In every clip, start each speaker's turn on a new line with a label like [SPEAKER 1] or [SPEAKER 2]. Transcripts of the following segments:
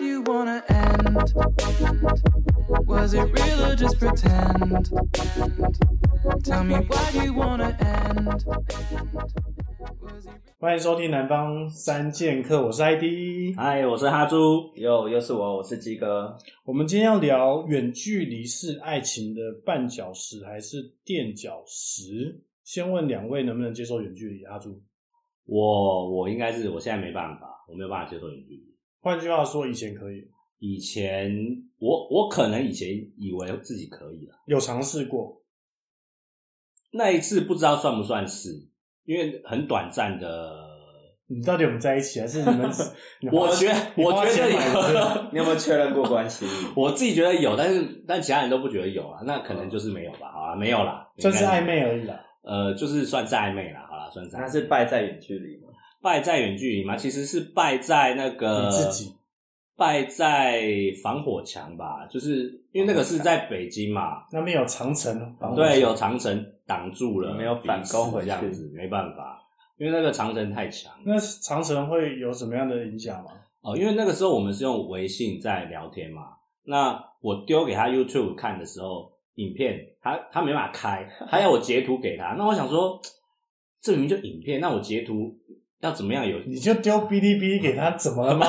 [SPEAKER 1] you wanna end? Was it real or just pretend? Tell me why do you wanna end? Was it
[SPEAKER 2] 欢迎收听《南方三剑客》，我是 ID。
[SPEAKER 3] 嗨，我是哈猪，又又是我，我是鸡哥。
[SPEAKER 2] 我们今天要聊远距离是爱情的绊脚石还是垫脚石？先问两位能不能接受远距离？阿朱，
[SPEAKER 3] 我我应该是我现在没办法，我没有办法接受远距离。
[SPEAKER 2] 换句话说，以前可以，
[SPEAKER 3] 以前我我可能以前以为自己可以了，
[SPEAKER 2] 有尝试过，
[SPEAKER 3] 那一次不知道算不算是，因为很短暂的。
[SPEAKER 2] 你到底有没有在一起，还是你 们？你花
[SPEAKER 3] 我觉
[SPEAKER 2] 你
[SPEAKER 3] 我
[SPEAKER 2] 花
[SPEAKER 3] 觉
[SPEAKER 2] 钱
[SPEAKER 3] 得
[SPEAKER 2] 买的
[SPEAKER 3] 有，
[SPEAKER 4] 你有没有确认过关系？
[SPEAKER 3] 我自己觉得有，但是但其他人都不觉得有啊，那可能就是没有吧，好啊，没有啦，
[SPEAKER 2] 算是
[SPEAKER 3] 应该
[SPEAKER 2] 暧昧而已啦。
[SPEAKER 3] 呃，就是算是暧昧啦，好啦，算是暧昧
[SPEAKER 4] 那是败在远距离嘛？
[SPEAKER 3] 败在远距离嘛，其实是败在那个
[SPEAKER 2] 你自己，
[SPEAKER 3] 败在防火墙吧，就是因为那个是在北京嘛，
[SPEAKER 2] 那边有长城，
[SPEAKER 4] 防火墙
[SPEAKER 3] 哦对，有长城挡住了，
[SPEAKER 4] 没有反攻回去
[SPEAKER 3] 这样子，没办法，因为那个长城太强
[SPEAKER 2] 那长城会有什么样的影响吗？
[SPEAKER 3] 哦。因为那个时候我们是用微信在聊天嘛，那我丢给他 YouTube 看的时候，影片他他没办法开，他要我截图给他，那我想说，这明明就影片，那我截图要怎么样有
[SPEAKER 2] 你就丢哔哩哔哩给他，怎么了吗？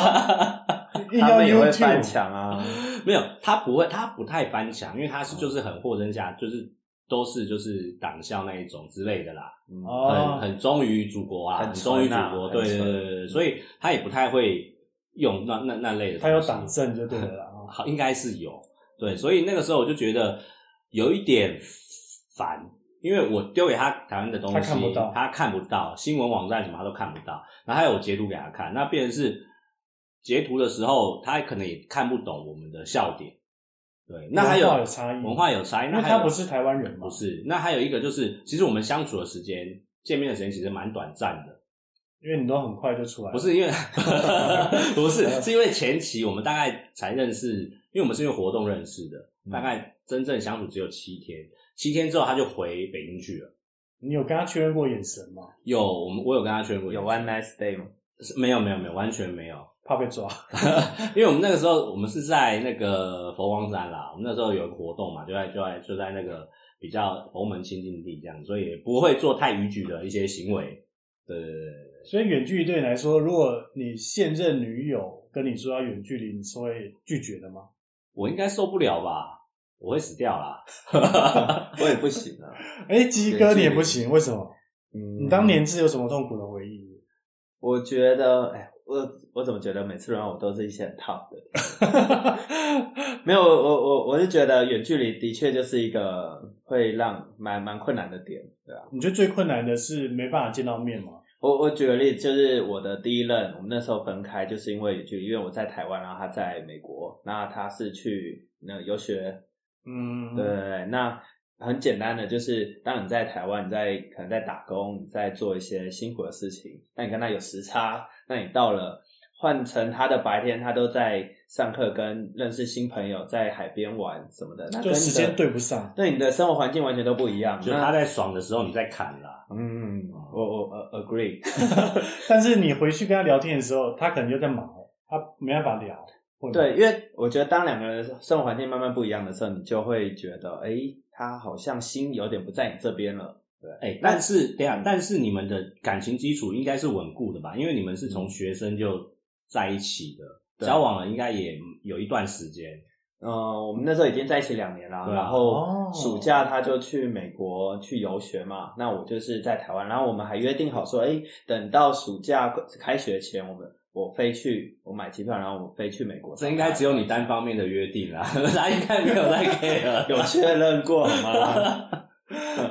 [SPEAKER 2] 硬
[SPEAKER 4] 他
[SPEAKER 2] 要
[SPEAKER 4] 们也会
[SPEAKER 2] YouTube
[SPEAKER 4] 翻墙 啊！
[SPEAKER 3] 没有，他不会，他不太翻墙，因为他是就是很货真价，就是都是就是党校那一种之类的啦，
[SPEAKER 4] 嗯
[SPEAKER 2] 哦
[SPEAKER 3] 很很忠于祖国啊，
[SPEAKER 4] 很
[SPEAKER 3] 很忠于祖
[SPEAKER 4] 纯啊
[SPEAKER 3] 国，
[SPEAKER 4] 很
[SPEAKER 3] 对对
[SPEAKER 4] 纯
[SPEAKER 3] 对对对，所以他也不太会用那那那类的东西。
[SPEAKER 2] 他有党政就对了啦。哦
[SPEAKER 3] 好，应该是有
[SPEAKER 2] 嗯
[SPEAKER 3] 对，所以那个时候我就觉得有一点烦，因为我丢给他台湾的东西，
[SPEAKER 2] 他看不到
[SPEAKER 3] 他看不到新闻网站什么他都看不到，然后还有我截图给他看，那变成是截图的时候，他可能也看不懂我们的笑点。对，那还有
[SPEAKER 2] 文化有差异
[SPEAKER 3] 文化有差异，
[SPEAKER 2] 因
[SPEAKER 3] 那
[SPEAKER 2] 为
[SPEAKER 3] 还有
[SPEAKER 2] 他不是台湾人嘛
[SPEAKER 3] 不是。那还有一个就是，其实我们相处的时间、见面的时间其实蛮短暂的，
[SPEAKER 2] 因为你都很快就出来了，
[SPEAKER 3] 不是因为不是，是因为前期我们大概才认识，因为我们是因为活动认识的，大概真正相处只有七天，七天之后他就回北京去了。
[SPEAKER 2] 你有跟他确认过眼神吗？
[SPEAKER 3] 有我们我有跟他确认过，
[SPEAKER 4] 有 one night stay 吗？
[SPEAKER 3] 是没有没有没有完全没有，
[SPEAKER 2] 怕被抓，
[SPEAKER 3] 因为我们那个时候我们是在那个佛光山啦，我们那时候有一个活动嘛，就在就在就在那个比较佛门清净地这样，所以也不会做太逾矩的一些行为。对对对对对。
[SPEAKER 2] 所以远距离对你来说，如果你现任女友跟你说要远距离，你是会拒绝的吗？
[SPEAKER 3] 我应该受不了吧？我会死掉啦！
[SPEAKER 4] 我也不行啊。
[SPEAKER 2] 哎、鸡哥你也不行，为什么？
[SPEAKER 4] 嗯
[SPEAKER 2] 你当年是有什么痛苦的回忆？
[SPEAKER 4] 我觉得，哎，我我怎么觉得每次轮到我都是一些很烫的？ 没有，我我我是觉得远距离的确就是一个会让蛮蛮困难的点，对啊。
[SPEAKER 2] 你觉得最困难的是没办法见到面吗？
[SPEAKER 4] 我我举个例子，就是我的第一任，我们那时候分开，就是因为远距离，因为我在台湾，然后他在美国，那他是去那游学
[SPEAKER 2] 嗯，
[SPEAKER 4] 对，那很简单的，就是当你在台湾，你在可能在打工，你在做一些辛苦的事情，那你跟他有时差，那你到了换成他的白天，他都在上课，跟认识新朋友，在海边玩什么的，那
[SPEAKER 2] 就
[SPEAKER 4] 跟你
[SPEAKER 2] 时间
[SPEAKER 4] 的
[SPEAKER 2] 对不上。
[SPEAKER 4] 对你的生活环境完全都不一 样。
[SPEAKER 3] 就
[SPEAKER 4] 那
[SPEAKER 3] 他在爽的时候，你在砍啦。
[SPEAKER 4] 嗯，我我呃 agree，
[SPEAKER 2] 但是你回去跟他聊天的时候，他可能就在忙了，他没办法聊。会吗
[SPEAKER 4] 对，，因为我觉得当两个人的生活环境慢慢不一样的时候，你就会觉得，哎，他好像心有点不在你这边了。
[SPEAKER 3] 哎、但是
[SPEAKER 4] 啊
[SPEAKER 3] 等一下，但是你们的感情基础应该是稳固的吧？因为你们是
[SPEAKER 4] 嗯
[SPEAKER 3] 从学生就在一起的，
[SPEAKER 4] 对
[SPEAKER 3] 交往了应该也有一段时间。
[SPEAKER 4] 呃，我们那时候已经在一起两年了，
[SPEAKER 3] 对啊
[SPEAKER 4] 然
[SPEAKER 2] 哦
[SPEAKER 4] 后暑假他就去美国去游学嘛，那我就是在台湾，然后我们还约定好说，哎，等到暑假开学前，我们我飞去，我买机票，然后我飞去美国。
[SPEAKER 3] 这应该只有你单方面的约定啦， 他应该没有在 care。
[SPEAKER 4] 有确认过好吗？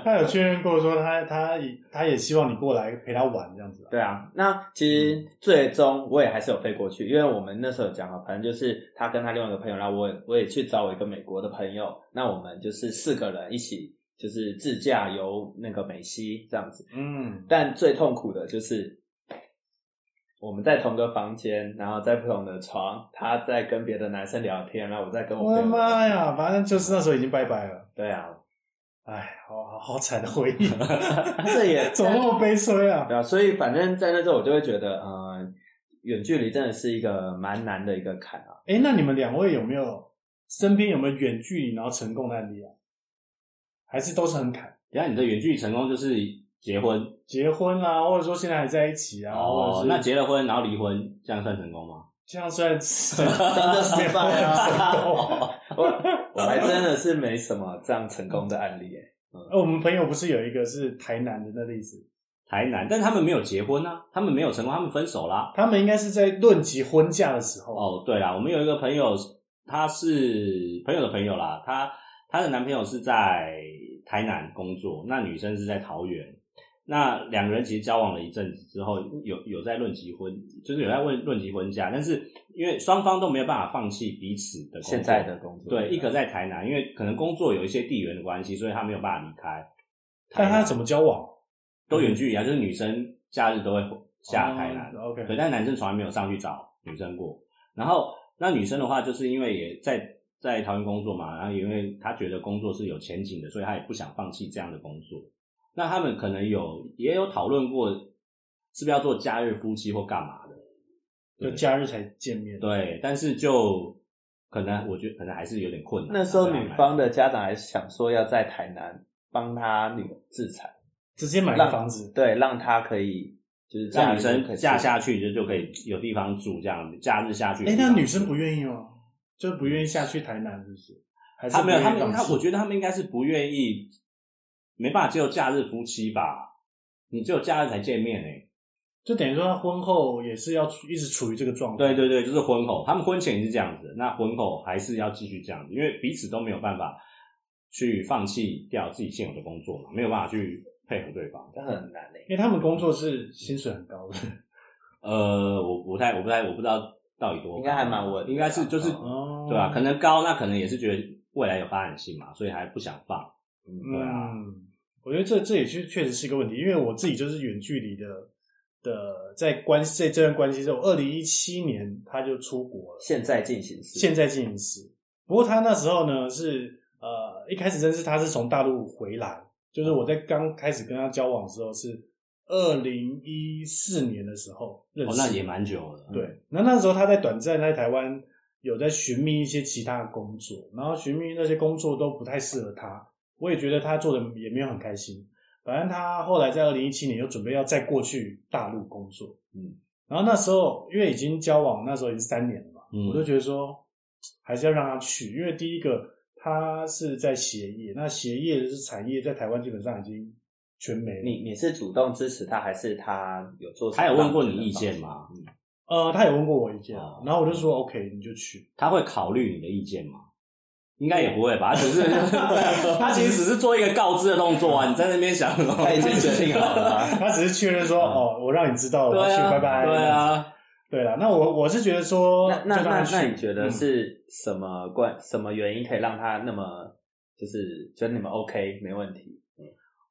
[SPEAKER 2] 他有确认过说他他也他也希望你过来陪他玩这样子啊。
[SPEAKER 4] 对啊，那其实
[SPEAKER 2] 嗯
[SPEAKER 4] 最终我也还是有飞过去，因为我们那时候有讲好，反正就是他跟他另外一个朋友，然后我也我也去找我一个美国的朋友，那我们就是四个人一起就是自驾游那个美西这样子。
[SPEAKER 2] 嗯，
[SPEAKER 4] 但最痛苦的就是我们在同个房间，然后在不同的床，他在跟别的男生聊天，然后我在跟我
[SPEAKER 2] 我的
[SPEAKER 4] 朋友聊
[SPEAKER 2] 妈
[SPEAKER 4] 天！
[SPEAKER 2] 呀，反正就是那时候已经拜拜了。
[SPEAKER 4] 对啊，
[SPEAKER 2] 哎，好好好惨的回 忆，
[SPEAKER 4] 这 也
[SPEAKER 2] 怎么那么悲催啊？
[SPEAKER 4] 对啊，所以反正在那时候我就会觉得，嗯、远距离真的是一个蛮难的一个坎啊。
[SPEAKER 2] 哎、那你们两位有没有身边有没有远距离然后成功的案例啊？还是都是很砍？
[SPEAKER 3] 等一下你的远距离成功就是结婚
[SPEAKER 2] 结婚啊，或者说现在还在一起啊？
[SPEAKER 3] 哦
[SPEAKER 2] 或者，是
[SPEAKER 3] 那结了婚然后离婚，这样算成功吗？
[SPEAKER 2] 这样 算真
[SPEAKER 4] 的失败啊
[SPEAKER 2] 功
[SPEAKER 4] 我我还真的是没什么这样成功的案例、欸，
[SPEAKER 2] 呃我们朋友不是有一个是台南的那例子，
[SPEAKER 3] 台南，但他们没有结婚啊，他们没有成功，他们分手啦。
[SPEAKER 2] 他们应该是在论及婚嫁的时候，
[SPEAKER 3] 哦，对啦，我们有一个朋友，他是朋友的朋友啦，他她的男朋友是在台南工作，那女生是在桃园。那两个人其实交往了一阵子之后，有有在论及婚，就是有在问论及婚嫁，但是因为双方都没有办法放弃彼此的工作
[SPEAKER 4] 现在的工作
[SPEAKER 3] 对，一个在台南，因为可能工作有一些地缘的关系，所以他没有办法离开。
[SPEAKER 2] 但他
[SPEAKER 3] 南
[SPEAKER 2] 怎么交往？
[SPEAKER 3] 都远距离啊，就是女生假日都会下台南，
[SPEAKER 2] 哦，OK
[SPEAKER 3] 对，但男生从来没有上去找女生过。然后那女生的话，就是因为也在在桃园工作嘛，然后因为她觉得工作是有前景的，所以她也不想放弃这样的工作。那他们可能有也有讨论过，是不是要做假日夫妻或干嘛的？
[SPEAKER 2] 就假日才见面。
[SPEAKER 3] 对，但是就可能我觉得可能还是有点困难。啊
[SPEAKER 4] 那时候
[SPEAKER 3] 对
[SPEAKER 4] 女方的家长还想说要在台南帮她女儿制裁，
[SPEAKER 2] 直接买个
[SPEAKER 4] 让
[SPEAKER 2] 房子，
[SPEAKER 4] 对，让她可以就是
[SPEAKER 3] 让
[SPEAKER 4] 嫁
[SPEAKER 3] 女生
[SPEAKER 4] 嫁
[SPEAKER 3] 嫁下去就就可以有地方住，这样假日下去。
[SPEAKER 2] 哎、那女生不愿意哦，就不愿意下去台南，是不是？还是
[SPEAKER 3] 他没有，
[SPEAKER 2] 不
[SPEAKER 3] 他
[SPEAKER 2] 愿意
[SPEAKER 3] 们他，
[SPEAKER 2] 放弃
[SPEAKER 3] 我觉得他们应该是不愿意，没办法只有假日夫妻吧？你只有假日才见面哎、
[SPEAKER 2] 就等于说她婚后也是要处一直处于这个状态。
[SPEAKER 3] 对对对，就是婚后，他们婚前是这样子，那婚后还是要继续这样子，因为彼此都没有办法去放弃掉自己现有的工作嘛，没有办法去配合对方。
[SPEAKER 4] 这很难诶、
[SPEAKER 2] 因为他们工作是薪水很高 的。
[SPEAKER 3] 呃，我不太，我不太，我不知道到底多高，啊
[SPEAKER 4] 应该还蛮稳的吧
[SPEAKER 3] 应该是就是、
[SPEAKER 4] 嗯
[SPEAKER 2] 哦
[SPEAKER 3] 对吧、啊可能高，那可能也是觉得未来有发展性嘛，所以还不想放。对啊
[SPEAKER 2] 嗯，我觉得这这也是确实是一个问题，因为我自己就是远距离的的，在关系在这段关系中，二零一七年他就出国了，
[SPEAKER 4] 现在进行时，
[SPEAKER 2] 现在进行时。不过他那时候呢是呃一开始认识他是从大陆回来，就是我在刚开始跟他交往的时候是二零一四年的时候认
[SPEAKER 3] 哦
[SPEAKER 2] 识，，
[SPEAKER 3] 那也蛮久了。
[SPEAKER 2] 对，那那时候他在短暂在台湾有在寻觅一些其他的工作，然后寻觅那些工作都不太适合他，我也觉得他做的也没有很开心。反正他后来在二零一七年又准备要再过去大陆工作，
[SPEAKER 4] 嗯，
[SPEAKER 2] 然后那时候因为已经交往，那时候已经三年了嘛，
[SPEAKER 3] 嗯
[SPEAKER 2] 我就觉得说还是要让他去，因为第一个他是在鞋业，那鞋业是产业在台湾基本上已经全没了。
[SPEAKER 4] 你你是主动支持她，还是她有做？
[SPEAKER 3] 他有问过你意见？吗？
[SPEAKER 2] 呃，他有问过我意见，
[SPEAKER 3] 哦
[SPEAKER 2] 然后我就说 OK，你就去。
[SPEAKER 3] 他会考虑你的意见吗？应该也不会吧，他只 是他其实只是做一个告知的动作啊。你在那边想，
[SPEAKER 4] 他已经决定好了啊、
[SPEAKER 2] 他只是确认说，
[SPEAKER 3] 嗯
[SPEAKER 2] 哦，我让你知道，我要
[SPEAKER 3] 对
[SPEAKER 2] 去，
[SPEAKER 3] 啊，
[SPEAKER 2] 拜拜。
[SPEAKER 3] 对，啊，
[SPEAKER 2] 对啦，那我我是觉得说，
[SPEAKER 4] 那那
[SPEAKER 2] 就让
[SPEAKER 4] 那
[SPEAKER 2] 他去
[SPEAKER 4] 那你觉得
[SPEAKER 2] 嗯
[SPEAKER 4] 是什么关、什么原因可以让他那么就是觉得你们 OK 没问题，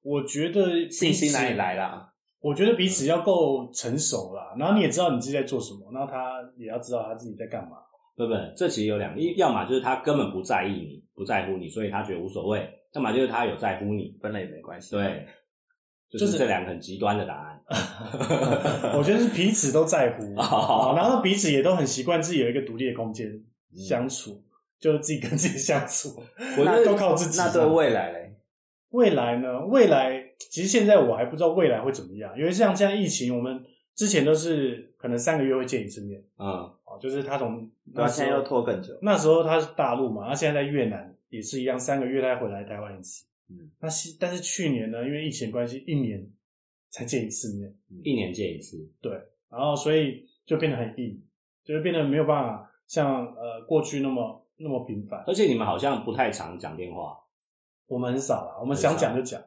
[SPEAKER 2] 我觉得
[SPEAKER 4] 信心哪里来
[SPEAKER 2] 啦？
[SPEAKER 4] 啦？
[SPEAKER 2] 我觉得彼此要够成熟啦，然后你也知道你自己在做什么，然后他也要知道他自己在干嘛。
[SPEAKER 3] 不不，这其实有两个，一要么就是他根本不在意你，不在乎你，所以他觉得无所谓；要么就是他有在乎你。
[SPEAKER 4] 分了也没关系。
[SPEAKER 3] 对，就
[SPEAKER 2] 就是
[SPEAKER 3] 是这两个很极端的答案。
[SPEAKER 2] 我觉得是彼此都在乎，
[SPEAKER 3] 哦
[SPEAKER 2] 啊然后彼此也都很习惯自己有一个独立的空间
[SPEAKER 4] 嗯
[SPEAKER 2] 相处，就是自己跟自己相处。
[SPEAKER 4] 那，
[SPEAKER 2] 我觉得都靠自己啊
[SPEAKER 4] 那对未来嘞，
[SPEAKER 2] 未来呢？未来其实现在我还不知道未来会怎么样，因为像现在疫情，我们之前都是可能三个月会见一次面。
[SPEAKER 3] 嗯，
[SPEAKER 2] 哦，就是他从
[SPEAKER 4] 对啊，
[SPEAKER 2] 那时
[SPEAKER 4] 现
[SPEAKER 2] 候
[SPEAKER 4] 在又拖更久。
[SPEAKER 2] 那时候他是大陆嘛，他现在在越南也是一样，三个月他回来台湾一次。
[SPEAKER 4] 嗯，
[SPEAKER 2] 那是但是去年呢，因为疫情关系，一年才见一次面，
[SPEAKER 3] 一年见一次。
[SPEAKER 2] 然后所以就变得很硬，就是变得没有办法像呃过去那么那么频繁。
[SPEAKER 3] 而且你们好像不太常讲电话，
[SPEAKER 2] 我们很少啦，我们想讲就讲，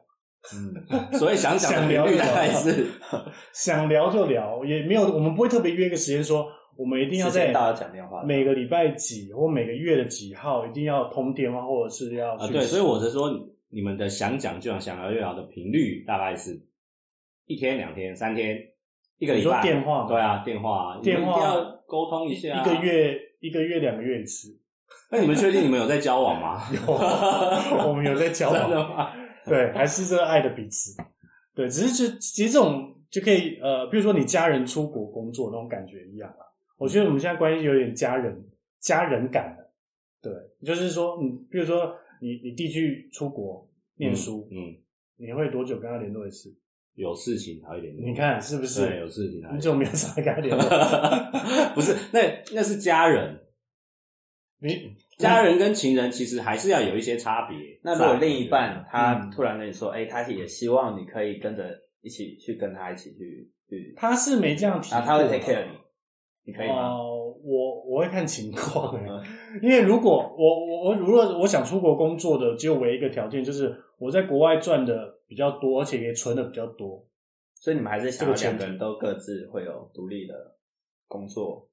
[SPEAKER 3] 嗯，所以想讲的
[SPEAKER 2] 想
[SPEAKER 3] 频
[SPEAKER 2] 聊
[SPEAKER 3] 率
[SPEAKER 2] 就
[SPEAKER 3] 大
[SPEAKER 2] 聊
[SPEAKER 3] 概是，
[SPEAKER 2] 想聊就聊，也没有我们不会特别约个时间说我们一定要
[SPEAKER 4] 时
[SPEAKER 2] 在
[SPEAKER 4] 间到要讲电话，
[SPEAKER 2] 每个礼拜几或每个月的几号一定要通电话或者是要
[SPEAKER 3] 啊，
[SPEAKER 2] 讯
[SPEAKER 3] 对，
[SPEAKER 2] 息
[SPEAKER 3] 所以我是说，你们的想讲就想想聊就聊的频率大概是一天、两天、三天、一个礼
[SPEAKER 2] 你
[SPEAKER 3] 拜。
[SPEAKER 2] 说电话吗
[SPEAKER 3] 对啊，电话啊，你们
[SPEAKER 2] 电话
[SPEAKER 3] 一定要沟通一下、啊
[SPEAKER 2] 一个。月一个月两个月一次。
[SPEAKER 3] 那你们确定你们有在交往吗？
[SPEAKER 2] 有，啊我们有在交
[SPEAKER 3] 真的
[SPEAKER 2] 往，
[SPEAKER 3] 吗？
[SPEAKER 2] 对，还是这个爱的彼此，对，只是就其实这种就可以呃，比如说你家人出国工作那种感觉一样啊。我觉得我们现在关系有点家人家人感的，对，就是说你比如说你你弟去出国念书，
[SPEAKER 3] 嗯，嗯
[SPEAKER 2] 你会多久跟他联络一次？
[SPEAKER 3] 有事情才会联络。
[SPEAKER 2] 你看是不
[SPEAKER 3] 对，
[SPEAKER 2] 是？
[SPEAKER 3] 有事情才
[SPEAKER 2] 很
[SPEAKER 3] 会联
[SPEAKER 2] 久
[SPEAKER 3] 络
[SPEAKER 2] 没有常跟他联 络，
[SPEAKER 3] 不是，那那是家人，
[SPEAKER 2] 你
[SPEAKER 3] 家人跟情人其实还是要有一些差别。
[SPEAKER 4] 那如果
[SPEAKER 3] 在
[SPEAKER 4] 另一半他
[SPEAKER 2] 嗯
[SPEAKER 4] 突然跟你说，哎、他也希望你可以跟着一起去跟他一起去去，
[SPEAKER 2] 他是没这样提过
[SPEAKER 4] 然
[SPEAKER 2] 啦，
[SPEAKER 4] 啊后他会 take care 你，你可以吗？
[SPEAKER 2] 啊哦，我我会看情况、欸
[SPEAKER 4] 嗯
[SPEAKER 2] 因为如果我我我如果我想出国工作的，只有唯一一个条件就是我在国外赚的比较多，而且也存的比较多。
[SPEAKER 4] 所以你们还是想
[SPEAKER 2] 这
[SPEAKER 4] 要
[SPEAKER 2] 个前
[SPEAKER 4] 两
[SPEAKER 2] 提
[SPEAKER 4] 个人都各自会有独立的工作，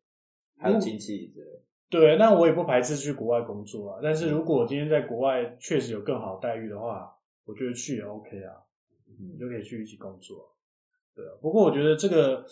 [SPEAKER 4] 还有
[SPEAKER 2] 嗯
[SPEAKER 4] 经济之类的。
[SPEAKER 2] 对，那我也不排斥去国外工作啊。但是如果我今天在国外确实有更好的待遇的话，我觉得去也 OK 啊，
[SPEAKER 3] 嗯
[SPEAKER 2] 你就可以去一起工作。对啊，不过我觉得这个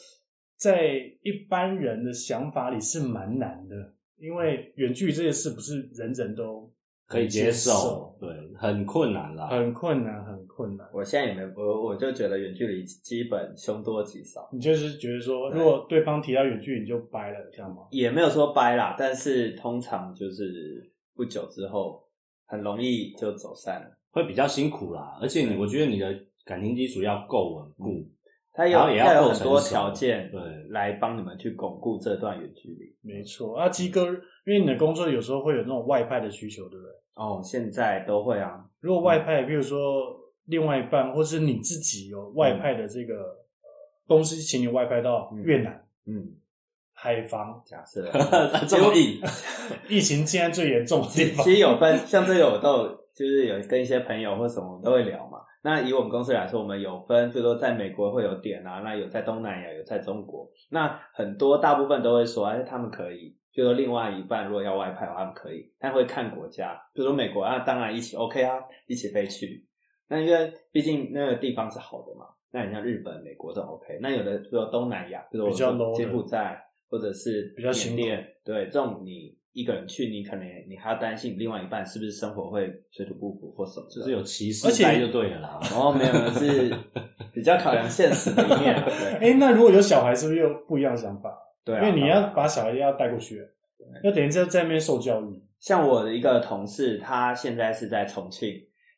[SPEAKER 2] 在一般人的想法里是蛮难的，因为远距离这件事不是人人都
[SPEAKER 3] 可以接受
[SPEAKER 2] 受，，
[SPEAKER 3] 对，很困难啦。
[SPEAKER 2] 很困难，很困难。
[SPEAKER 4] 我现在也没我我就觉得远距离基本凶多吉少，
[SPEAKER 2] 你就是觉得说，
[SPEAKER 4] 对
[SPEAKER 2] 如果对方提到远距离，你就掰了，这样吗？
[SPEAKER 4] 也没有说掰啦，但是通常就是不久之后很容易就走散了。
[SPEAKER 3] 会比较辛苦啦，而且你，我觉得你的感情基础要够稳固，
[SPEAKER 4] 他有
[SPEAKER 3] 然后也要
[SPEAKER 4] 要
[SPEAKER 3] 够
[SPEAKER 4] 有很多
[SPEAKER 3] 成熟
[SPEAKER 4] 条件
[SPEAKER 3] 对
[SPEAKER 4] 来帮你们去巩固这段远距离。
[SPEAKER 2] 没错啊，鸡哥，因为你的工作有时候会有那种外派的需求，对不对？
[SPEAKER 4] 哦，现在都会啊，
[SPEAKER 2] 如果外派，比如说另外一半，或是你自己有外
[SPEAKER 4] 嗯
[SPEAKER 2] 派的这个、呃公司请你外派到越南、
[SPEAKER 4] 嗯，
[SPEAKER 2] 海防，
[SPEAKER 4] 假设
[SPEAKER 3] 这么硬，
[SPEAKER 2] 疫情现在最严重的
[SPEAKER 4] 其
[SPEAKER 2] 地方
[SPEAKER 4] 其，实有分， 像这个我都有，就是有跟一些朋友或什么我们都会聊嘛。那以我们公司来说，我们有分，比如说在美国会有点啊，那有在东南亚，有在中国。那很多大部分都会说，哎，他们可以，就说另外一半如果要外派的话，他们可以，但会看国家。比如说美国啊，当然一起 OK 啊，一起飞去。那因为毕竟那个地方是好的嘛，那你像日本、美国都 OK。那有的比如说东南亚，比如说
[SPEAKER 2] 比较
[SPEAKER 4] 我们
[SPEAKER 2] low 的
[SPEAKER 4] 柬埔寨，或者是
[SPEAKER 2] 比较辛
[SPEAKER 4] 缅
[SPEAKER 2] 苦
[SPEAKER 4] 甸，对这种你一个人去，你可能你还要担心你另外一半是不是生活会水土不服或什么的，
[SPEAKER 3] 就是有歧视
[SPEAKER 2] 而且
[SPEAKER 3] 在就对了啦。
[SPEAKER 4] 然后没有没 有是比较考量现实的一面啊，对
[SPEAKER 2] 哎、那如果有小孩，是不是又不一样的想法？
[SPEAKER 4] 对啊，
[SPEAKER 2] 因为你
[SPEAKER 4] 当然
[SPEAKER 2] 要把小孩要带过去，要等于在在那边受教育。
[SPEAKER 4] 像我的一个同事，他现在是在重庆，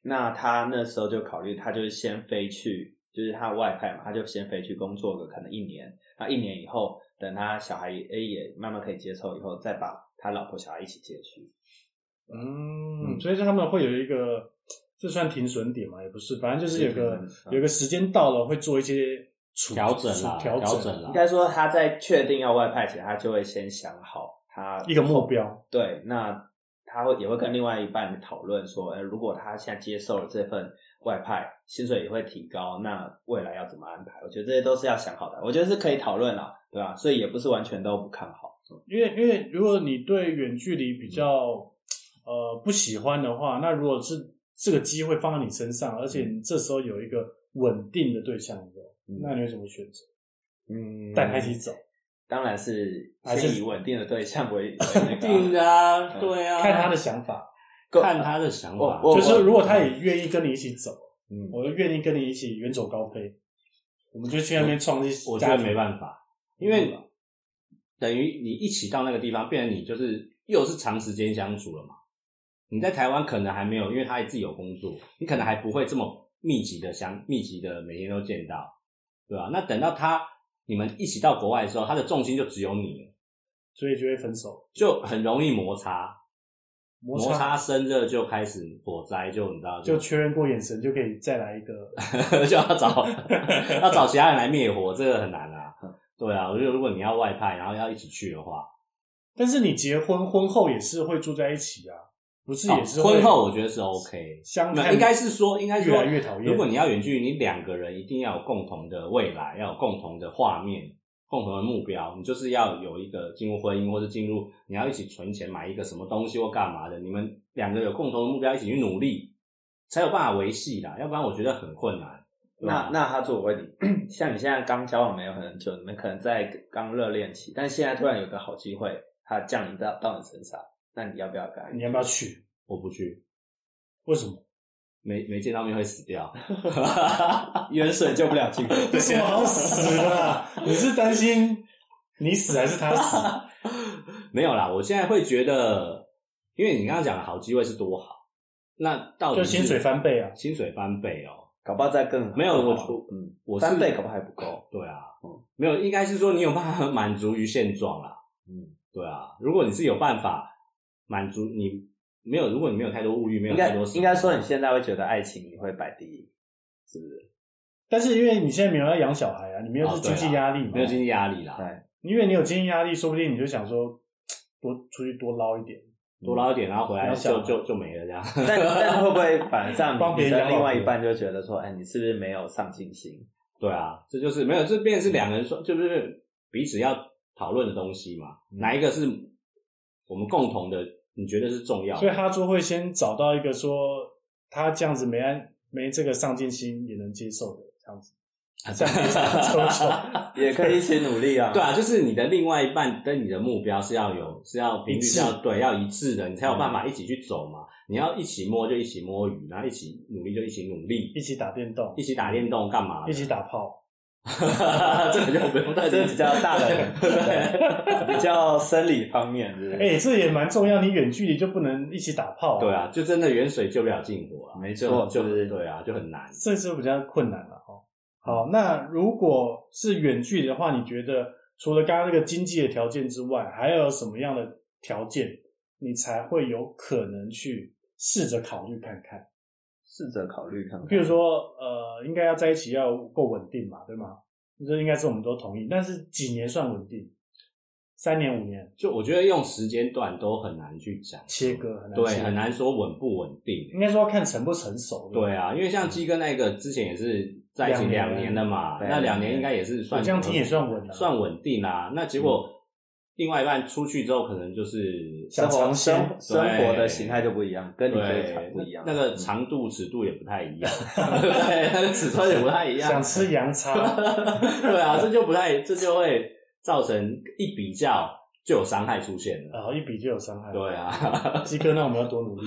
[SPEAKER 4] 那他那时候就考虑，他就是先飞去，就是他外派嘛，他就先飞去工作个可能一年，那一年以后，等他小孩也诶也慢慢可以接受以后，再把他老婆小孩一起接去。
[SPEAKER 2] 嗯，
[SPEAKER 4] 嗯
[SPEAKER 2] 所以他们会有一个，这算停损点嘛？也不是，反正就是有个
[SPEAKER 4] 是停损
[SPEAKER 2] 有个时间到了，会做一些处
[SPEAKER 3] 调整啦，
[SPEAKER 2] 处
[SPEAKER 3] 调
[SPEAKER 2] 调
[SPEAKER 3] 整啦
[SPEAKER 4] 应，该说他在确定要外派前，他就会先想好他
[SPEAKER 2] 一个目标。
[SPEAKER 4] 对，那他会也会跟另外一半讨论说，呃，如果他现在接受了这份外派，薪水也会提高，那未来要怎么安排？我觉得这些都是要想好的，我觉得是可以讨论啦，对吧、所以也不是完全都不看好。
[SPEAKER 2] 因为因为如果你对远距离比较呃不喜欢的话，那如果是这个机会放在你身上，而且你这时候有一个稳定的对象的时候，
[SPEAKER 4] 嗯
[SPEAKER 2] 那你会怎么选择？
[SPEAKER 4] 嗯
[SPEAKER 2] 带他一起走，
[SPEAKER 4] 当然是
[SPEAKER 2] 还是
[SPEAKER 4] 先以稳定的对 象为为那
[SPEAKER 3] 一定
[SPEAKER 4] 个啊
[SPEAKER 3] 的啊，对啊，
[SPEAKER 2] 看他的想法。
[SPEAKER 4] 够
[SPEAKER 3] 看他的想法，
[SPEAKER 4] 我
[SPEAKER 2] 就是如果他也愿意跟你一起走，
[SPEAKER 4] 嗯，
[SPEAKER 2] 我就愿意跟你一起远走高飞，我们就去那边创立
[SPEAKER 3] 我觉得没
[SPEAKER 2] 法。
[SPEAKER 3] 办法，因为
[SPEAKER 2] 嗯
[SPEAKER 3] 等于你一起到那个地方，变成你就是又是长时间相处了嘛。你在台湾可能还没有，因为他自己有工作，你可能还不会这么密集的相密集的每天都见到，对吧、那等到他你们一起到国外的时候，他的重心就只有你了，
[SPEAKER 2] 所以就会分手。
[SPEAKER 3] 就很容易摩擦，
[SPEAKER 2] 摩
[SPEAKER 3] 摩
[SPEAKER 2] 擦
[SPEAKER 3] 擦生热就开始火灾，就 你知道
[SPEAKER 2] 就确认过眼神就可以再来一个。
[SPEAKER 3] 就要找 要找其他人来灭火，这个很难啊。对啊，我觉得如果你要外派，然后要一起去的话，
[SPEAKER 2] 但是你结婚婚后也是会住在一起啊，不是也是
[SPEAKER 3] 哦
[SPEAKER 2] 会、
[SPEAKER 3] 婚后我觉得是 OK，
[SPEAKER 2] 相
[SPEAKER 3] 没有
[SPEAKER 2] 看
[SPEAKER 3] 应该是说应该是
[SPEAKER 2] 越
[SPEAKER 3] 说
[SPEAKER 2] 来越讨厌。
[SPEAKER 3] 如果你要远距离，你两个人一定要有共同的未来，要有共同的画面、共同的目标，你就是要有一个进入婚姻，或者进入你要一起存钱买一个什么东西或干嘛的，你们两个有共同的目标，一起去努力，才有办法维系啦，要不然我觉得很困难。对吧
[SPEAKER 4] 那那他做我问你， 像你现在刚交往没有很久，你们可能在刚热恋期，但现在突然有个好机会，他降临到到你身上，那你要不要跟他一起？
[SPEAKER 2] 你要不要去？
[SPEAKER 3] 我不去，
[SPEAKER 2] 为什么？
[SPEAKER 3] 没没见到面会 死掉。
[SPEAKER 4] 远水救不了近火。
[SPEAKER 2] 有什么好死的啊？你是担心你死还是他死？
[SPEAKER 3] 没有啦，我现在会觉得，因为你刚刚讲的好机会是多好，那到底
[SPEAKER 2] 就是薪水翻倍啊！
[SPEAKER 3] 薪水翻倍哦，
[SPEAKER 4] 搞不好再更好
[SPEAKER 3] 没有我我
[SPEAKER 4] 嗯，
[SPEAKER 3] 我是
[SPEAKER 4] 三倍搞不好还不够。
[SPEAKER 3] 对啊
[SPEAKER 4] 嗯，
[SPEAKER 3] 没有，应该是说你有办法满足于现状啦。
[SPEAKER 4] 嗯，
[SPEAKER 3] 对啊，如果你是有办法满足你没有，如果你没有太多物欲，没有
[SPEAKER 4] 应
[SPEAKER 3] 太
[SPEAKER 4] 该
[SPEAKER 3] 多什么
[SPEAKER 4] 应该说你现在会觉得爱情你会摆第一，是不是？
[SPEAKER 2] 但是因为你现在没有要养小孩啊，你没有
[SPEAKER 3] 哦
[SPEAKER 2] 是
[SPEAKER 3] 对
[SPEAKER 2] 经
[SPEAKER 3] 啊
[SPEAKER 2] 济压力嘛，
[SPEAKER 3] 没有经济压力啦，
[SPEAKER 4] 对，
[SPEAKER 2] 因为你有经济压力，说不定你就想说多出去多捞一点，
[SPEAKER 3] 多捞一点，然后回来
[SPEAKER 2] 没有小
[SPEAKER 3] 就
[SPEAKER 2] 孩
[SPEAKER 3] 就就没了这样。
[SPEAKER 4] 但但会不会反而这样
[SPEAKER 2] 帮
[SPEAKER 4] 你
[SPEAKER 2] 别人
[SPEAKER 4] 的
[SPEAKER 2] 养
[SPEAKER 4] 另
[SPEAKER 2] 老
[SPEAKER 4] 外一
[SPEAKER 2] 婆
[SPEAKER 4] 半就觉得说，哎，你是不是没有上进心？
[SPEAKER 3] 对啊，这就是没有，这便是两个人说，就是彼此要讨论的东西嘛。
[SPEAKER 4] 嗯
[SPEAKER 3] 哪一个是我们共同的？你觉得是重要
[SPEAKER 2] 嗯
[SPEAKER 3] 的？
[SPEAKER 2] 所以哈猪会先找到一个说他这样子没安没这个上进心也能接受的这样子，
[SPEAKER 3] 啊
[SPEAKER 2] 这样非常周全。
[SPEAKER 4] 也可以一起努力啊。
[SPEAKER 3] 对啊，就是你的另外一半跟你的目标是要有是要频率
[SPEAKER 2] 一致嗯
[SPEAKER 3] 是要对要一致的，你才有办法一起去走嘛。你要一起摸就一起摸鱼，然后一起努力就一起努力，
[SPEAKER 2] 一起打电动
[SPEAKER 3] 一，起打电动干嘛的？
[SPEAKER 2] 一 起打炮，
[SPEAKER 3] 啊这个就 不用再
[SPEAKER 4] 这
[SPEAKER 3] 提
[SPEAKER 4] 比较大人， 对比较生理方面，是不是？
[SPEAKER 2] 哎、这也蛮重要。你远距离就不能一起打炮、
[SPEAKER 3] 对，啊，就真的远水救不了近火啊，
[SPEAKER 4] 没错
[SPEAKER 3] 就
[SPEAKER 4] 就是
[SPEAKER 3] 对啊，就很难。
[SPEAKER 2] 这就比较困难了哦。
[SPEAKER 3] 嗯
[SPEAKER 2] 好，那如果是远距离的话，你觉得除了刚刚那个经济的条件之外，还有什么样的条件你才会有可能去试着考虑看看？
[SPEAKER 4] 试着考虑看看。
[SPEAKER 2] 比如，说，呃，应该要在一起要够稳定嘛，对吗？这应该是我们都同意。但是几年算稳定？三年、五年
[SPEAKER 3] 就我觉得用时间段都很难去讲
[SPEAKER 2] 切，割很难
[SPEAKER 3] 对
[SPEAKER 2] 切，割
[SPEAKER 3] 很。难说稳不稳定。
[SPEAKER 2] 应该说要看成不成熟。
[SPEAKER 3] 对，啊，因为像鸡哥那个之前也是在一起
[SPEAKER 2] 嗯两年
[SPEAKER 3] 两年的嘛，
[SPEAKER 4] 对
[SPEAKER 3] 那两
[SPEAKER 4] 两
[SPEAKER 3] 年
[SPEAKER 4] 年
[SPEAKER 3] 应该也是算
[SPEAKER 2] 我这样听也算稳啊
[SPEAKER 3] 算稳定啦。那结
[SPEAKER 4] 嗯
[SPEAKER 3] 果另外一半出去之后，可能就是
[SPEAKER 2] 想
[SPEAKER 4] 生活
[SPEAKER 2] 尝鲜
[SPEAKER 4] 生活生活
[SPEAKER 3] 对
[SPEAKER 4] 的形态就不一样，跟你觉得
[SPEAKER 3] 对
[SPEAKER 4] 长不一样。
[SPEAKER 3] 那
[SPEAKER 4] 嗯
[SPEAKER 3] 个长度尺度也不太 一样，对，那个尺寸也不太一
[SPEAKER 2] 想
[SPEAKER 3] 样，
[SPEAKER 2] 吃羊叉，
[SPEAKER 3] 对啊，这就不太，这就会造成一比较就有伤害出现了，
[SPEAKER 2] 然后一比就有伤害。
[SPEAKER 3] 对啊，
[SPEAKER 2] 鸡哥，那我们要多努力。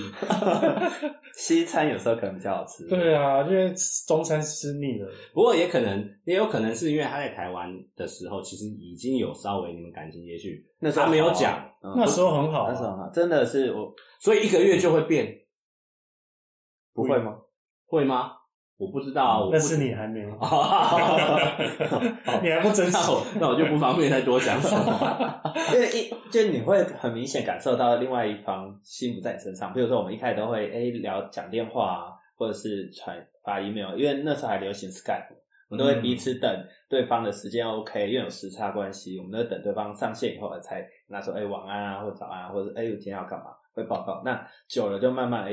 [SPEAKER 4] 西餐有时候可能比较好吃。
[SPEAKER 2] 对啊，因为中餐吃腻了，
[SPEAKER 3] 不过也可能，也有可能是因为他在台湾的时候，其实已经有稍微你们感情也许
[SPEAKER 4] 那时候
[SPEAKER 3] 他没有
[SPEAKER 4] 好啊
[SPEAKER 3] 讲，
[SPEAKER 4] 嗯
[SPEAKER 2] 那时候很好啊
[SPEAKER 4] 那时候很好，真的是我
[SPEAKER 3] 所以一个月就会变，
[SPEAKER 4] 不会吗？
[SPEAKER 3] 会吗？我不知道啊，我不
[SPEAKER 2] 那是你还没，
[SPEAKER 3] 哦
[SPEAKER 2] 你还不珍惜
[SPEAKER 3] 那。我那我就不方便再多讲什么。
[SPEAKER 4] 因为一就你会很明显感受到另外一方心不在你身上。比如说我们一开始都会哎、聊讲电话啊，或者是传发 email，因为那时候还流行 Skype，我们都会彼此等对方的时间 OK，因为有时差关系，我们都会等对方上线以后才跟他说哎、晚安啊，或者早安啊，或者哎、我今天要干嘛会报告。那久了就慢慢哎、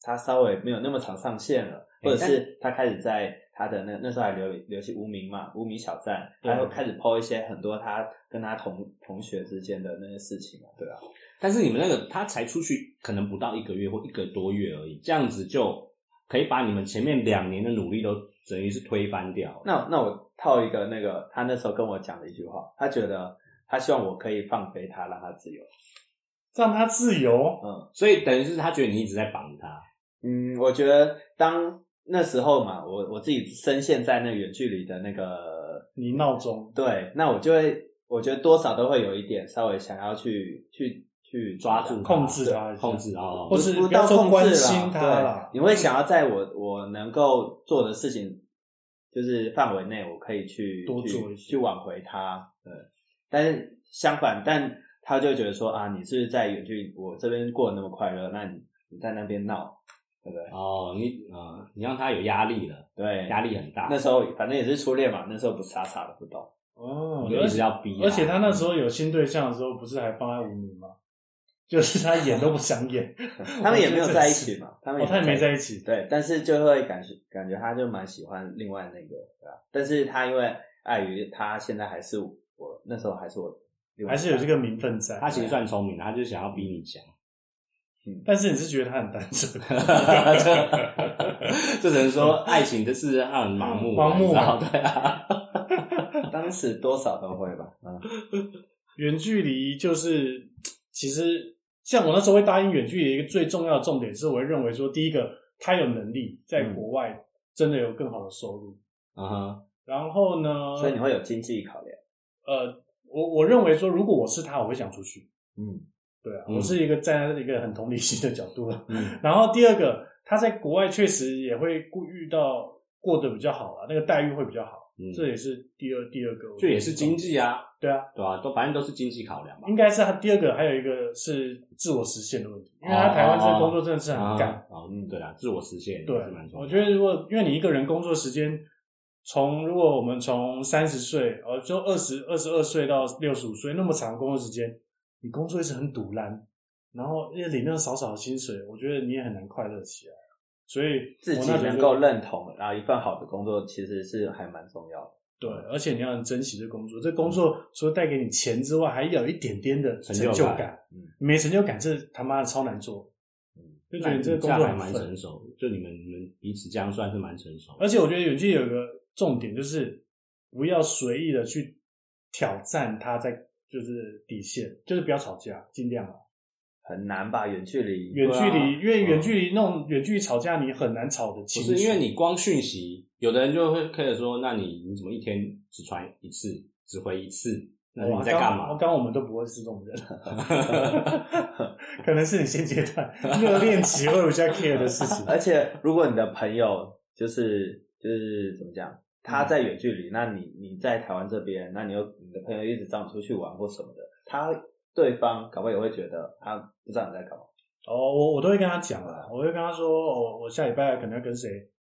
[SPEAKER 4] 他稍微没有那么常上线了，
[SPEAKER 3] 哎
[SPEAKER 4] 或者是他开始在他的那那时候还流流行无名嘛，无名小站，
[SPEAKER 2] 对
[SPEAKER 4] 他会开始 PO 一些很多他跟他同同学之间的那些事情嘛，对啊，
[SPEAKER 3] 但是你们那个他才出去，可能不到一个月或一个多月而已，这样子就可以把你们前面两年的努力都等于是推翻掉了。
[SPEAKER 4] 那那我套一个那个他那时候跟我讲的一句话，他觉得他希望我可以放飞他，让他自由。
[SPEAKER 2] 让他自由，
[SPEAKER 4] 嗯
[SPEAKER 3] 所以等于是他觉得你一直在绑他，
[SPEAKER 4] 嗯，我觉得当那时候嘛，我我自己深陷在那远距离的那个
[SPEAKER 2] 你闹钟
[SPEAKER 4] 对，那我就会，我觉得多少都会有一点稍微想要去去去
[SPEAKER 3] 抓住他
[SPEAKER 2] 控制他一下
[SPEAKER 3] 控制哦。
[SPEAKER 2] 或是
[SPEAKER 4] 不
[SPEAKER 2] 不要
[SPEAKER 4] 到
[SPEAKER 2] 说
[SPEAKER 4] 控
[SPEAKER 2] 关
[SPEAKER 4] 制
[SPEAKER 2] 心他
[SPEAKER 4] 啦
[SPEAKER 2] 啦，嗯
[SPEAKER 4] 对，你会想要在我我能够做的事情就是范围内，我可以去
[SPEAKER 2] 多
[SPEAKER 4] 去
[SPEAKER 2] 做一些
[SPEAKER 4] 去挽回他，对。但是相反，但他就觉得说啊，你是不是在远距离，我这边过得那么快乐，那你你在那边闹，对不对？
[SPEAKER 3] 哦，你呃，你让他有压力了，
[SPEAKER 4] 对，
[SPEAKER 3] 压力很大，
[SPEAKER 4] 那时候反正也是初恋嘛，那时候不傻傻的不 懂，
[SPEAKER 2] 哦
[SPEAKER 3] 我就一直要逼。
[SPEAKER 2] 而且他那时候有新对象的时候，不是还放在无名吗？就是他演都不想 演，
[SPEAKER 4] 他们也没有在一起嘛，他们
[SPEAKER 2] 哦，
[SPEAKER 4] 也
[SPEAKER 2] 他也
[SPEAKER 4] 没
[SPEAKER 2] 没
[SPEAKER 4] 有
[SPEAKER 2] 在一起。
[SPEAKER 4] 对，但是就会感觉感觉他就蛮喜欢另外那个，对吧？但是他因为碍于他现在还是我那时候还是我，
[SPEAKER 2] 还是有这个名分在。
[SPEAKER 3] 他其实算聪明的，他就想要逼你讲，
[SPEAKER 2] 但是你是觉得他很单纯，
[SPEAKER 3] 就只能说爱情的事让人盲目啊，
[SPEAKER 2] 盲目
[SPEAKER 3] 你知道
[SPEAKER 2] 啊
[SPEAKER 3] 对啊。
[SPEAKER 4] 当时多少都会吧，嗯，
[SPEAKER 2] 远距离就是其实像我那时候会答应远距离，一个最重要的重点是，我会认为说，第一个他有能力在国外真的有更好的收入。
[SPEAKER 3] 嗯哼，
[SPEAKER 2] 然后呢，
[SPEAKER 4] 所以你会有经济考量。
[SPEAKER 2] 呃，我我认为说，如果我是他，我会想出去。
[SPEAKER 3] 嗯
[SPEAKER 2] 对啊，
[SPEAKER 3] 嗯
[SPEAKER 2] 我是一个站在一个很同理心的角度了。
[SPEAKER 3] 嗯
[SPEAKER 2] 然后第二个，他在国外确实也会顾遇到过得比较好啊，那个待遇会比较好，
[SPEAKER 3] 嗯，
[SPEAKER 2] 这也是第二第二个，
[SPEAKER 3] 这也是经济啊，
[SPEAKER 2] 对啊，
[SPEAKER 3] 对吧？都反正都是经济考量吧。
[SPEAKER 2] 应该是他第二个，还有一个是自我实现的问题，因为他台湾这个工作真的是很干，
[SPEAKER 3] 啊，哦嗯，对啦，自我实现也
[SPEAKER 2] 对
[SPEAKER 3] 是蛮，重要
[SPEAKER 2] 我
[SPEAKER 3] 的。
[SPEAKER 2] 觉得如果因为你一个人工作时间，从如果我们从三十岁，呃，就二十二十二岁到六十五岁那么长的工作时间，你工作一直很堵烂，然后又领那少少的薪水，我觉得你也很难快乐起来。啊所以
[SPEAKER 4] 自
[SPEAKER 2] 我
[SPEAKER 4] 己
[SPEAKER 2] 那时候
[SPEAKER 4] 能
[SPEAKER 2] 就
[SPEAKER 4] 够认同，然后一份好的工作其实是还蛮重要的。
[SPEAKER 2] 对，而且你要很珍惜这工作，这工作除了带给你钱之外，还要有一点点的
[SPEAKER 3] 嗯成
[SPEAKER 2] 成
[SPEAKER 3] 就感
[SPEAKER 2] 就感。
[SPEAKER 3] 嗯
[SPEAKER 2] 没成就感，这他妈的超难做。
[SPEAKER 3] 嗯
[SPEAKER 2] 就觉得
[SPEAKER 3] 那
[SPEAKER 2] 你这个工
[SPEAKER 3] 样
[SPEAKER 2] 作
[SPEAKER 3] 还
[SPEAKER 2] 很
[SPEAKER 3] 蛮
[SPEAKER 2] 分
[SPEAKER 3] 成熟的，就你们你们彼此这样算是蛮成熟的。
[SPEAKER 2] 而且我觉得远距有一个重点就是不要随意的去挑战他在就是底线，就是不要吵架，尽量啊。
[SPEAKER 4] 很难吧？远距离，
[SPEAKER 2] 远距离，因为远
[SPEAKER 3] 嗯
[SPEAKER 2] 距离那种远距离吵架，你很难吵得
[SPEAKER 3] 不
[SPEAKER 2] 清楚。
[SPEAKER 3] 是因为你光讯息，有的人就会开始说，那你你怎么一天只传一次，只回一次？那
[SPEAKER 2] 哇
[SPEAKER 3] 你在干
[SPEAKER 2] 刚
[SPEAKER 3] 嘛？
[SPEAKER 2] 刚我们都不会是这种人，可能是你现阶段热恋期会比较 care 的事
[SPEAKER 3] 哎
[SPEAKER 2] 情。
[SPEAKER 4] 而且如果你的朋友就是就是怎么讲，他在远距离，那你你在台湾这边，那你又你的朋友一直找你出去玩或什么的，他对方搞不好也会觉得他不知道你在干嘛。
[SPEAKER 2] 哦，我我都会跟他讲啦，我会跟他说，哦，我下礼拜可能要跟谁，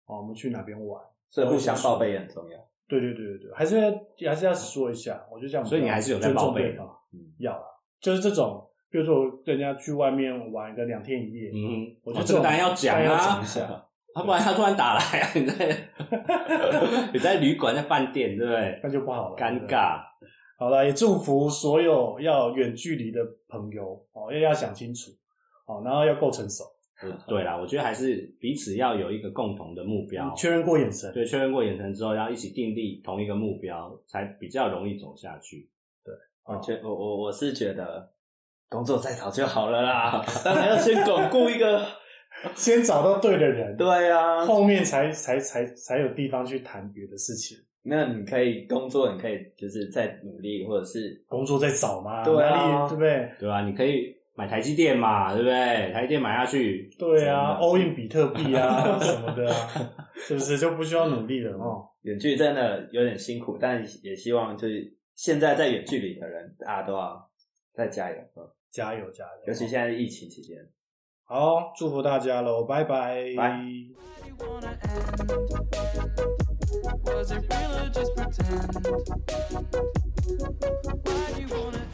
[SPEAKER 2] 哦，我们去哪边玩。
[SPEAKER 4] 所以互相报备也很重要。
[SPEAKER 2] 对对对对对，还是要还是要说一下，我就这样。
[SPEAKER 3] 所以你还是有在报备
[SPEAKER 2] 尊重对方
[SPEAKER 4] 嗯，
[SPEAKER 2] 要啦，就是这种，比如说我跟人家去外面玩个两天一夜，
[SPEAKER 3] 嗯哼，
[SPEAKER 2] 我
[SPEAKER 3] 哦
[SPEAKER 2] 觉得
[SPEAKER 3] 这个当然要讲
[SPEAKER 2] 当然要讲
[SPEAKER 3] 啊
[SPEAKER 2] 一，下，
[SPEAKER 3] 啊，不然他突然打来啊，你在你在旅馆在饭店，对不对？
[SPEAKER 2] 那就不好了，对
[SPEAKER 3] 尴
[SPEAKER 2] 不对。
[SPEAKER 3] 尬，
[SPEAKER 2] 好了，也祝福所有要远距离的朋友哦，要要想清楚哦，然后要够成熟，
[SPEAKER 3] 呃对啦，我觉得还是彼此要有一个共同的目标
[SPEAKER 2] 你，嗯
[SPEAKER 4] 嗯
[SPEAKER 2] 确认过眼神。
[SPEAKER 3] 对，确认过眼神之后，要一起订立同一个目标，才比较容易走下去。嗯
[SPEAKER 4] 我觉我我我是觉得工作再找就好 了啦，当然要先巩固一个。
[SPEAKER 2] 先找到对的人，
[SPEAKER 4] 对啊，
[SPEAKER 2] 后面才才才才有地方去谈别的事情。
[SPEAKER 4] 那你可以工作，你可以就是再努力，或者是
[SPEAKER 2] 工作在找嘛，
[SPEAKER 4] 对啊
[SPEAKER 2] 哪里对不对？
[SPEAKER 3] 对吧、你可以买台积电嘛，对不对？台积电买下去，
[SPEAKER 2] 对啊
[SPEAKER 3] 真的
[SPEAKER 2] ，all in 比特币啊什么的啊，是不是就不需要努力了哦？
[SPEAKER 4] 远距真的有点辛苦，但也希望就是现在在远距离的人，大家都要再加油，嗯
[SPEAKER 2] 加油加油！
[SPEAKER 4] 尤其现在疫情期间。
[SPEAKER 2] 好，祝福大家喽，拜拜
[SPEAKER 4] 拜。
[SPEAKER 1] Where do you wanna end? Was it real or just pretend? Why do you wanna